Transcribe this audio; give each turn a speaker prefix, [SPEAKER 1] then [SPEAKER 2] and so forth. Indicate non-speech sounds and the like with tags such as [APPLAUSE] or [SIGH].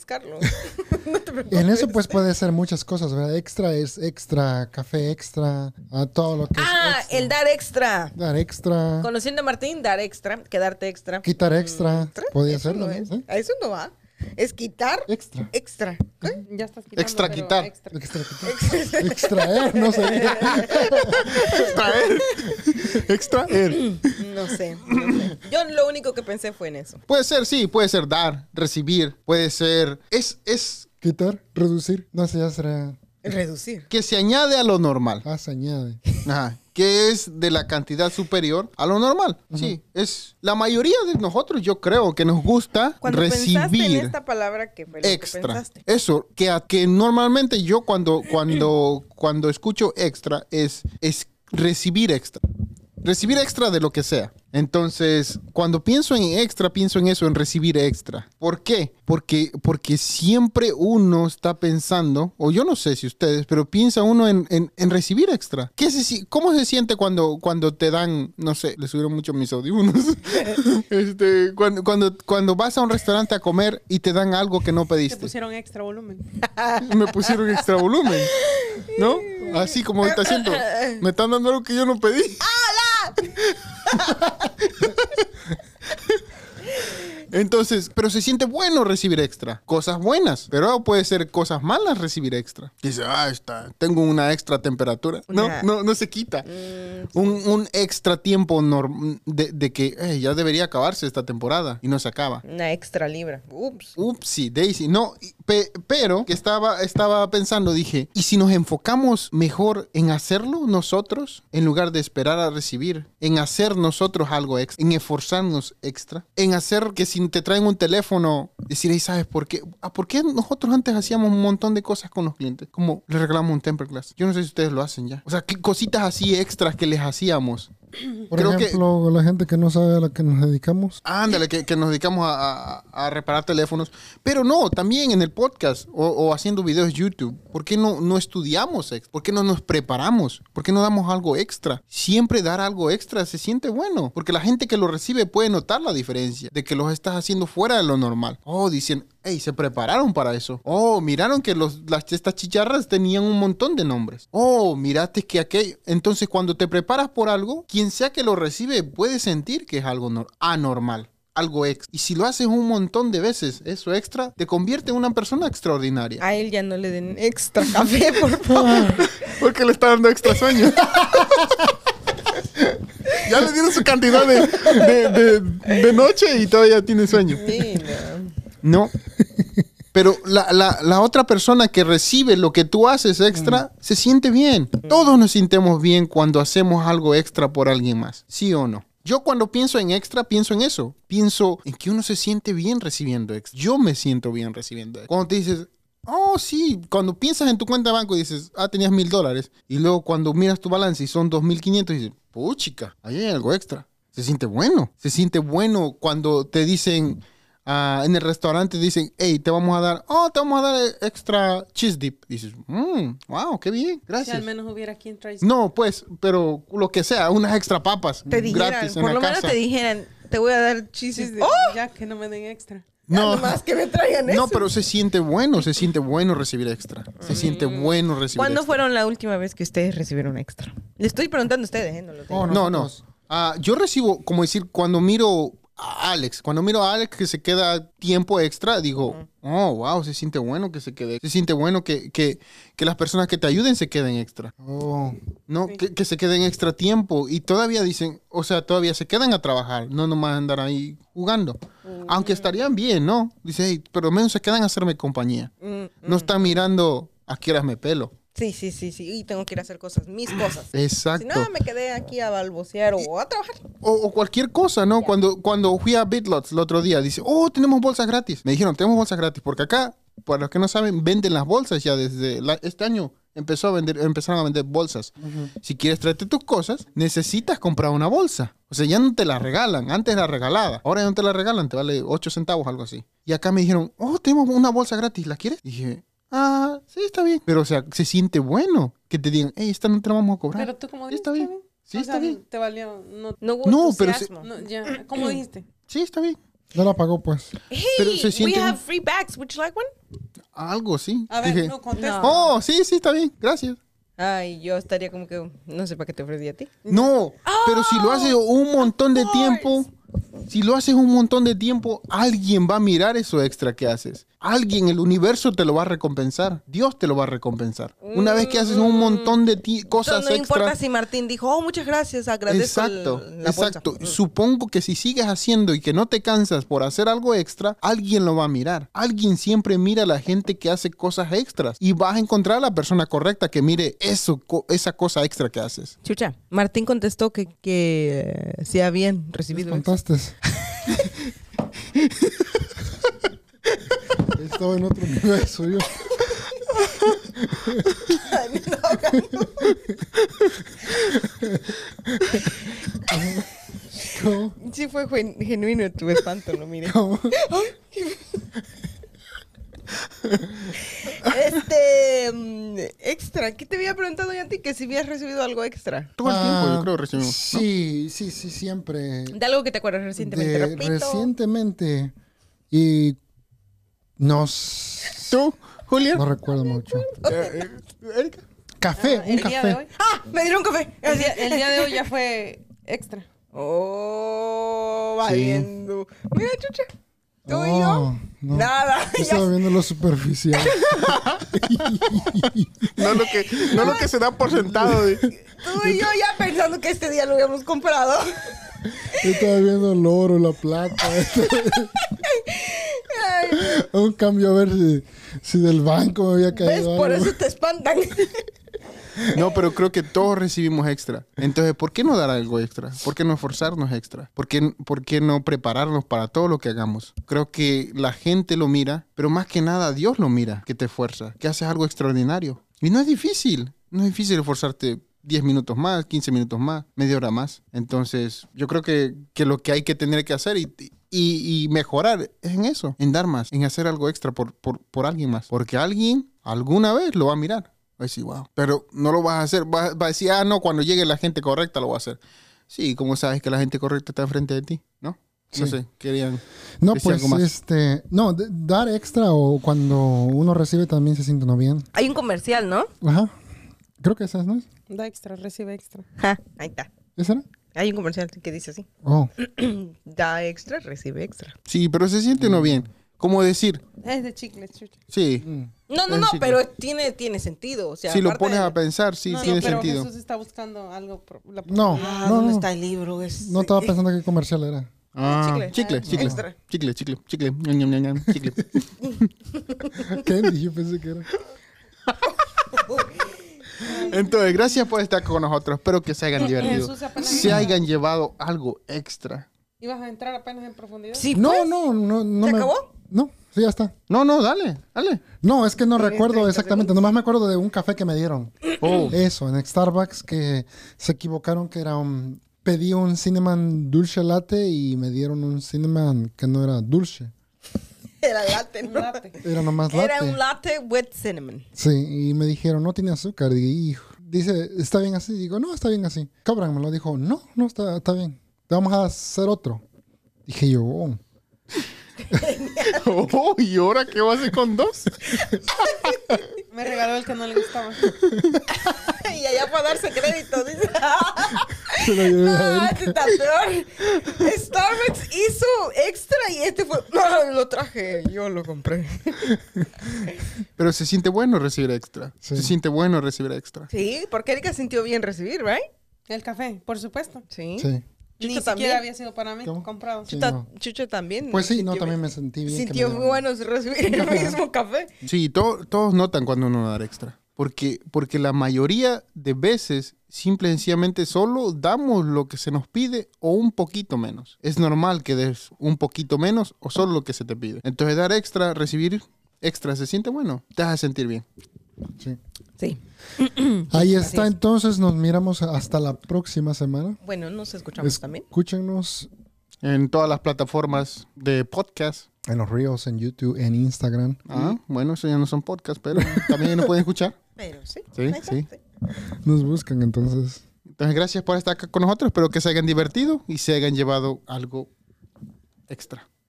[SPEAKER 1] buscarlo. [LAUGHS] No te
[SPEAKER 2] Y en
[SPEAKER 1] preocupes.
[SPEAKER 2] eso pues puede ser muchas cosas, ¿verdad? Extra es extra, café extra, a todo lo que
[SPEAKER 1] Ah,
[SPEAKER 2] pues, es extra.
[SPEAKER 1] el dar extra.
[SPEAKER 2] dar extra,
[SPEAKER 1] Conociendo a Martín, dar extra, quedarte extra.
[SPEAKER 2] quitar extra, podía
[SPEAKER 1] Mm, Eso no
[SPEAKER 2] serlo, ¿no? ¿Eh?
[SPEAKER 1] es.
[SPEAKER 2] ¿Sí?
[SPEAKER 1] A eso no va. Es quitar
[SPEAKER 2] Extra.
[SPEAKER 1] extra. ¿Eh?
[SPEAKER 3] Ya estás quitando,
[SPEAKER 4] Extra
[SPEAKER 3] pero
[SPEAKER 4] quitar.
[SPEAKER 3] extra.
[SPEAKER 2] Extra, quitar. Extraer,
[SPEAKER 1] [LAUGHS]
[SPEAKER 2] no sería.
[SPEAKER 4] Extraer. Extraer.
[SPEAKER 1] No sé, no sé. Yo lo único que pensé fue en eso.
[SPEAKER 4] Puede ser, sí, puede ser dar, recibir, puede ser. Es, es
[SPEAKER 2] Quitar, reducir, no sé, ya será.
[SPEAKER 1] Reducir.
[SPEAKER 4] que se añade a lo normal.
[SPEAKER 2] Ah, se añade.
[SPEAKER 4] Ajá. Que es de la cantidad superior a lo normal. Sí, es la mayoría de nosotros, yo creo, que nos gusta
[SPEAKER 1] Cuando pensaste en
[SPEAKER 4] recibir.
[SPEAKER 1] esta palabra, ¿qué fue lo que
[SPEAKER 4] extra.
[SPEAKER 1] pensaste?
[SPEAKER 4] Eso, que, a- que normalmente yo cuando, cuando, cuando escucho extra es, es recibir extra. Recibir extra de lo que sea. Entonces, cuando pienso en extra, pienso en eso, en recibir extra. ¿Por qué? Porque, porque siempre uno está pensando, o yo no sé si ustedes, pero piensa uno en, en- en recibir extra. ¿Qué se si- ¿Cómo se siente cuando, cuando te dan, no sé, le subieron mucho mis audífonos? [LAUGHS] este, cuando, cuando, cuando vas a un restaurante a comer y te dan algo que no
[SPEAKER 3] Te
[SPEAKER 4] pediste.
[SPEAKER 3] pusieron extra volumen.
[SPEAKER 4] Ah, Me pusieron extra volumen. ¿No? Así como está haciendo. Me están dando algo que yo no pedí. Entonces, pero se siente bueno recibir extra. Cosas buenas. Pero puede ser cosas malas recibir extra. Dice, ah, está. Tengo una extra temperatura.
[SPEAKER 1] Una-
[SPEAKER 4] No, no, no se quita. Un, un extra tiempo norm- de, de que "Eh, ya debería acabarse esta temporada. Y no se acaba.
[SPEAKER 1] Una extra libra. Ups.
[SPEAKER 4] Upsi, Daisy. No, y- pe- pero que estaba, estaba pensando, dije, ¿y si nos enfocamos mejor en hacerlo nosotros en lugar de esperar a recibir? En hacer nosotros algo extra, en esforzarnos extra, en hacer que si te traen un teléfono, decir, "Ey, ¿sabes por qué? Ah, ¿por qué nosotros antes hacíamos un montón de cosas con los clientes? Como le regalamos un temper glass. Yo no sé si ustedes lo hacen ya. O sea, ¿qué cositas así extras que les hacíamos?
[SPEAKER 2] Por
[SPEAKER 4] Creo que-
[SPEAKER 2] ejemplo, la gente que no sabe a la que nos dedicamos.
[SPEAKER 4] Ándale, que, que nos dedicamos a, a- a reparar teléfonos. Pero no, también en el podcast o, o haciendo videos YouTube. ¿Por qué no, no estudiamos extra? ¿Por qué no nos preparamos? ¿Por qué no damos algo extra? Siempre dar algo extra se siente bueno. Porque la gente que lo recibe puede notar la diferencia de que los estás haciendo fuera de lo normal. Oh, dicen, hey, se prepararon para eso. Oh, miraron que los, las, estas chicharras tenían un montón de nombres. Oh, miraste que aquello. Entonces, cuando te preparas por algo, quien sea que lo recibe puede sentir que es algo nor- anormal. Algo extra. Y si lo haces un montón de veces, eso extra, te convierte en una persona extraordinaria.
[SPEAKER 1] A él ya no le den extra café, por favor.
[SPEAKER 4] Porque le está dando extra sueño. [LAUGHS] ya le dieron su cantidad de, de- de- de noche y todavía tiene sueño.
[SPEAKER 1] Sí, no.
[SPEAKER 4] No. Pero la, la- la otra persona que recibe lo que tú haces extra se siente bien. Todos nos sentimos bien cuando hacemos algo extra por alguien más, ¿sí o no? Yo cuando pienso en extra, pienso en eso. Pienso en que uno se siente bien recibiendo extra. Yo me siento bien recibiendo extra. Cuando te dices, oh, sí, cuando piensas en tu cuenta de banco y dices, ah, tenías mil dólares. Y luego cuando miras tu balance y son dos mil quinientos, dices, puchica, ahí hay algo extra. Se siente bueno. Se siente bueno cuando te dicen, Ah, en el restaurante dicen, hey, te vamos a dar, oh, te vamos a dar eh, extra cheese dip. Dices, mmm, wow, qué bien,
[SPEAKER 3] Si
[SPEAKER 4] gracias.
[SPEAKER 3] al menos hubiera quien trae
[SPEAKER 4] No, pues, pero lo que sea, unas extra papas
[SPEAKER 1] Te dijeran,
[SPEAKER 4] gratis en
[SPEAKER 1] por
[SPEAKER 4] la
[SPEAKER 1] lo menos
[SPEAKER 4] casa.
[SPEAKER 1] te dijeran, te voy a dar chisis
[SPEAKER 3] chistes
[SPEAKER 1] de...
[SPEAKER 3] de-
[SPEAKER 4] ¡Oh!
[SPEAKER 3] Ya que no me den extra.
[SPEAKER 4] no,
[SPEAKER 1] Más Ah, que me traigan eso.
[SPEAKER 4] no, pero se siente bueno, se siente bueno recibir extra. Se siente
[SPEAKER 1] Mm.
[SPEAKER 4] bueno recibir
[SPEAKER 1] ¿Cuándo
[SPEAKER 4] extra.
[SPEAKER 1] fueron la última vez que ustedes recibieron extra? Le estoy preguntando a ustedes, ¿eh? No lo tengo.
[SPEAKER 2] Oh,
[SPEAKER 4] No, no.
[SPEAKER 2] nosotros.
[SPEAKER 4] Ah, yo recibo, como decir, cuando miro a Alex, cuando miro a Alex que se queda tiempo extra, digo, oh, wow, se siente bueno que se quede. Se siente bueno que, que, que las personas que te ayuden se queden extra.
[SPEAKER 2] Oh,
[SPEAKER 4] No, que, que se queden extra tiempo y todavía dicen, o sea, todavía se quedan a trabajar, no nomás andar ahí jugando.
[SPEAKER 1] Mm.
[SPEAKER 4] Aunque estarían bien, ¿no? Dice, "Hey, pero al menos se quedan a hacerme compañía.
[SPEAKER 1] Mm,
[SPEAKER 4] No están mirando a qué horas me pelo.
[SPEAKER 1] Sí, sí, sí, sí. Y tengo que ir a hacer cosas, mis cosas. Si
[SPEAKER 4] Exacto.
[SPEAKER 1] no, me quedé aquí a balbucear o a trabajar.
[SPEAKER 4] O, o cualquier cosa, ¿no? Cuando, cuando fui a Bitlots el otro día, dice, oh, tenemos bolsas gratis. Me dijeron, tenemos bolsas gratis, porque acá, para los que no saben, venden las bolsas ya desde la- este año. Empezó a vender, empezaron a vender bolsas. Si quieres traerte tus cosas, necesitas comprar una bolsa. O sea, ya no te la regalan. Antes era regalada. Ahora ya no te la regalan. Te vale 8 centavos, algo así. Y acá me dijeron, oh, tenemos una bolsa gratis. ¿La quieres? dije, ah, sí, está bien. Pero, o sea, se siente bueno que te digan, hey, esta no te la vamos a cobrar.
[SPEAKER 3] Pero tú como
[SPEAKER 4] Ah, Sí, está bien. Sí,
[SPEAKER 3] O
[SPEAKER 4] está
[SPEAKER 3] sea,
[SPEAKER 4] bien.
[SPEAKER 3] Te valió. No,
[SPEAKER 1] No hubo
[SPEAKER 4] No, pero
[SPEAKER 1] entusiasmo.
[SPEAKER 3] no, ya. ¿Cómo dijiste?
[SPEAKER 4] Sí, está bien.
[SPEAKER 2] No la pagó, pues.
[SPEAKER 1] Hey,
[SPEAKER 4] Pero se
[SPEAKER 1] we
[SPEAKER 4] siente-
[SPEAKER 1] have free bags. Would you like one?
[SPEAKER 4] Algo, sí.
[SPEAKER 3] A ver,
[SPEAKER 4] Dije,
[SPEAKER 3] no, contesta.
[SPEAKER 4] Oh, sí, sí, está bien. Gracias.
[SPEAKER 1] Ay, yo estaría como que no sé para qué te ofrecí a ti.
[SPEAKER 4] No, pero si lo haces un montón de
[SPEAKER 1] Oh, of
[SPEAKER 4] tiempo, si lo haces un montón de tiempo, alguien va a mirar eso extra que haces. Alguien, el universo te lo va a recompensar. Dios te lo va a recompensar. Una vez que haces un montón de ti- cosas
[SPEAKER 1] Entonces, no importa
[SPEAKER 4] extra.
[SPEAKER 1] si Martín dijo, oh, muchas gracias, agradezco el-
[SPEAKER 4] Exacto,
[SPEAKER 1] la Mm. bolsa".
[SPEAKER 4] exacto. Supongo que si sigues haciendo y que no te cansas por hacer algo extra, alguien lo va a mirar. Alguien siempre mira a la gente que hace cosas extras y vas a encontrar a la persona correcta que mire eso, co- esa cosa extra que haces.
[SPEAKER 1] Chucha, Martín contestó que, que eh, sí habían recibido. extra.
[SPEAKER 2] Espantaste. Estaba en otro universo yo. ¿Cómo?
[SPEAKER 1] Sí fue gen- genuino tu espanto, no mire.
[SPEAKER 2] ¿Cómo?
[SPEAKER 1] Este mm, extra, ¿qué te había preguntado yo a ti? Que si habías recibido algo extra.
[SPEAKER 4] Todo el tiempo, yo
[SPEAKER 2] Ah,
[SPEAKER 4] creo, recibimos.
[SPEAKER 2] Sí, sí, sí, siempre.
[SPEAKER 1] De algo que te acuerdas recientemente,
[SPEAKER 2] De-
[SPEAKER 1] repito.
[SPEAKER 2] recientemente. Y nos.
[SPEAKER 4] ¿Tú, Julia?
[SPEAKER 2] No recuerdo mucho.
[SPEAKER 4] Eh, eh, Erika.
[SPEAKER 2] Café, un
[SPEAKER 3] el día de
[SPEAKER 2] café.
[SPEAKER 3] hoy. [LAUGHS]
[SPEAKER 1] ¡Ah! ¡Me dieron café!
[SPEAKER 3] El día, el día de hoy ya fue extra.
[SPEAKER 1] Oh, va
[SPEAKER 4] Sí.
[SPEAKER 1] viendo. Mira, chucha. Tú y yo.
[SPEAKER 2] Oh, no.
[SPEAKER 1] Nada.
[SPEAKER 2] Yo
[SPEAKER 1] ya
[SPEAKER 2] estaba viendo lo superficial.
[SPEAKER 4] [LAUGHS]
[SPEAKER 3] [LAUGHS]
[SPEAKER 4] No lo que, no lo que se da por
[SPEAKER 2] [LAUGHS]
[SPEAKER 4] sentado. de-
[SPEAKER 1] Tú y yo ya pensando que este día lo habíamos comprado.
[SPEAKER 2] [LAUGHS] Yo estaba viendo el oro, la plata. [LAUGHS]
[SPEAKER 1] Ay,
[SPEAKER 2] un cambio a ver si, si del banco me había
[SPEAKER 1] ¿Ves?
[SPEAKER 2] caído.
[SPEAKER 1] Por
[SPEAKER 2] algo.
[SPEAKER 1] eso te espantan.
[SPEAKER 4] No, pero creo que todos recibimos extra. Entonces, ¿por qué no dar algo extra? ¿Por qué no esforzarnos extra? ¿Por qué, por qué no prepararnos para todo lo que hagamos? Creo que la gente lo mira, pero más que nada Dios lo mira, que te esfuerza, que haces algo extraordinario. Y no es difícil. No es difícil esforzarte 10 minutos más, 15 minutos más, media hora más. Entonces, yo creo que, que lo que hay que tener que hacer y, y- y mejorar es en eso, en dar más, en hacer algo extra por, por, por alguien más. Porque alguien alguna vez lo va a mirar. Va a decir, wow. Pero no lo vas a hacer. Va, va a decir, ah, no, cuando llegue la gente correcta lo voy a hacer. Sí, ¿cómo sabes que la gente correcta está enfrente de ti? ¿No?
[SPEAKER 2] Sí.
[SPEAKER 4] No sé, querían.
[SPEAKER 2] No,
[SPEAKER 4] decir
[SPEAKER 2] pues
[SPEAKER 4] algo más.
[SPEAKER 2] este. No, de- dar extra o cuando uno recibe también se siente no bien.
[SPEAKER 1] Hay un comercial, ¿no?
[SPEAKER 2] Ajá. Creo que esas, ¿no? es?
[SPEAKER 3] Da extra, recibe extra.
[SPEAKER 1] Ja, ahí está.
[SPEAKER 2] ¿Esa era?
[SPEAKER 1] Hay un comercial que dice así.
[SPEAKER 2] Oh.
[SPEAKER 1] Da extra, recibe extra.
[SPEAKER 4] Sí, pero se siente uno bien. ¿Cómo decir?
[SPEAKER 3] Es de chicles, chucha.
[SPEAKER 4] Sí.
[SPEAKER 1] No, no,
[SPEAKER 2] Pues
[SPEAKER 4] Es
[SPEAKER 1] no,
[SPEAKER 4] chico.
[SPEAKER 1] pero tiene, tiene sentido. O sea,
[SPEAKER 4] si lo
[SPEAKER 1] aparte
[SPEAKER 4] pones
[SPEAKER 1] de-
[SPEAKER 4] a pensar, sí,
[SPEAKER 3] No, no,
[SPEAKER 4] tiene
[SPEAKER 3] pero
[SPEAKER 4] sentido.
[SPEAKER 3] Jesús está buscando algo. por- la-
[SPEAKER 2] No,
[SPEAKER 1] Ah,
[SPEAKER 2] no,
[SPEAKER 1] ¿dónde
[SPEAKER 2] no.
[SPEAKER 1] está el libro? Es-
[SPEAKER 2] No estaba pensando qué
[SPEAKER 1] [LAUGHS]
[SPEAKER 2] comercial era.
[SPEAKER 4] Ah,
[SPEAKER 1] Chicle.
[SPEAKER 3] eh,
[SPEAKER 4] chicle, chicle,
[SPEAKER 1] Extra.
[SPEAKER 4] chicle, chicle, chicle, ñam, ñam, ñam, ñam,
[SPEAKER 3] [LAUGHS]
[SPEAKER 4] chicle.
[SPEAKER 2] Candy, yo pensé que era.
[SPEAKER 4] Entonces, gracias por estar con nosotros. Espero que se hayan divertido.
[SPEAKER 3] [LAUGHS] Jesús apenas
[SPEAKER 4] Se hayan llevado algo extra.
[SPEAKER 3] ibas a entrar apenas en profundidad.
[SPEAKER 1] Sí,
[SPEAKER 2] No,
[SPEAKER 1] pues.
[SPEAKER 2] no, no, no.
[SPEAKER 1] ¿Se
[SPEAKER 2] me-
[SPEAKER 1] acabó?
[SPEAKER 2] No, sí, ya está.
[SPEAKER 4] No, no, dale, dale. [LAUGHS]
[SPEAKER 2] No, es que no
[SPEAKER 1] Tienes
[SPEAKER 2] recuerdo
[SPEAKER 1] 30
[SPEAKER 2] exactamente. Nomás me acuerdo de un café que me dieron.
[SPEAKER 4] Oh,
[SPEAKER 2] Eso, en Starbucks que se equivocaron que era un... Pedí un cinnamon dulce latte y me dieron un cinnamon que no era dulce.
[SPEAKER 1] [LAUGHS] Era latte,
[SPEAKER 3] Un
[SPEAKER 1] ¿no?
[SPEAKER 3] latte.
[SPEAKER 2] Era nomás latte.
[SPEAKER 1] Era un latte with cinnamon. [LAUGHS]
[SPEAKER 2] Sí, y me dijeron, no tiene azúcar. Y hijo, dice, ¿está bien así? Digo, no, está bien así. Cobran, me lo dijo, no, no, está, está bien. Te vamos a hacer otro. Dije yo, oh.
[SPEAKER 4] oh, ¿y ahora qué vas a hacer con dos?
[SPEAKER 3] Me regaló el que no le gustaba.
[SPEAKER 1] y allá para darse crédito, dice.
[SPEAKER 2] [LAUGHS] Se lo llevé a él.
[SPEAKER 1] no, este está peor. Starbucks hizo extra y este fue. [LAUGHS] No, lo traje, yo lo compré.
[SPEAKER 4] Pero se siente bueno recibir extra.
[SPEAKER 2] Sí.
[SPEAKER 4] Se siente bueno recibir extra.
[SPEAKER 1] Sí, porque Erika sintió bien recibir, ¿right?
[SPEAKER 3] El café, por supuesto.
[SPEAKER 1] Sí.
[SPEAKER 2] Sí.
[SPEAKER 1] Chucho
[SPEAKER 3] Ni
[SPEAKER 1] también.
[SPEAKER 3] siquiera había sido para mí
[SPEAKER 2] ¿Cómo?
[SPEAKER 3] comprado.
[SPEAKER 2] Sí,
[SPEAKER 1] Ta-
[SPEAKER 2] no.
[SPEAKER 1] Chucho también.
[SPEAKER 2] Pues sí, no,
[SPEAKER 1] sintió bien.
[SPEAKER 2] también me sentí bien. que me
[SPEAKER 1] Sintió
[SPEAKER 2] dieron.
[SPEAKER 1] muy bueno recibir el mismo café.
[SPEAKER 4] Sí, to- todos notan cuando uno da extra. Porque, porque la mayoría de veces, simple y sencillamente, solo damos lo que se nos pide o un poquito menos. Es normal que des un poquito menos o solo lo que se te pide. Entonces, dar extra, recibir extra, se siente bueno. Te hace sentir bien.
[SPEAKER 1] [LAUGHS]
[SPEAKER 2] Sí.
[SPEAKER 1] Sí.
[SPEAKER 2] Ahí está, entonces nos miramos hasta la próxima semana.
[SPEAKER 1] Bueno, nos escuchamos también.
[SPEAKER 2] Escúchenos
[SPEAKER 4] En todas las plataformas de podcast.
[SPEAKER 2] en los ríos, en YouTube, en Instagram.
[SPEAKER 4] Ah, bueno, eso ya no son podcasts, pero también nos pueden escuchar.
[SPEAKER 1] Pero sí.
[SPEAKER 4] Sí,
[SPEAKER 1] ahí está,
[SPEAKER 4] sí.
[SPEAKER 2] Nos buscan entonces.
[SPEAKER 4] Entonces, gracias por estar acá con nosotros. Espero que se hayan divertido y se hayan llevado algo extra.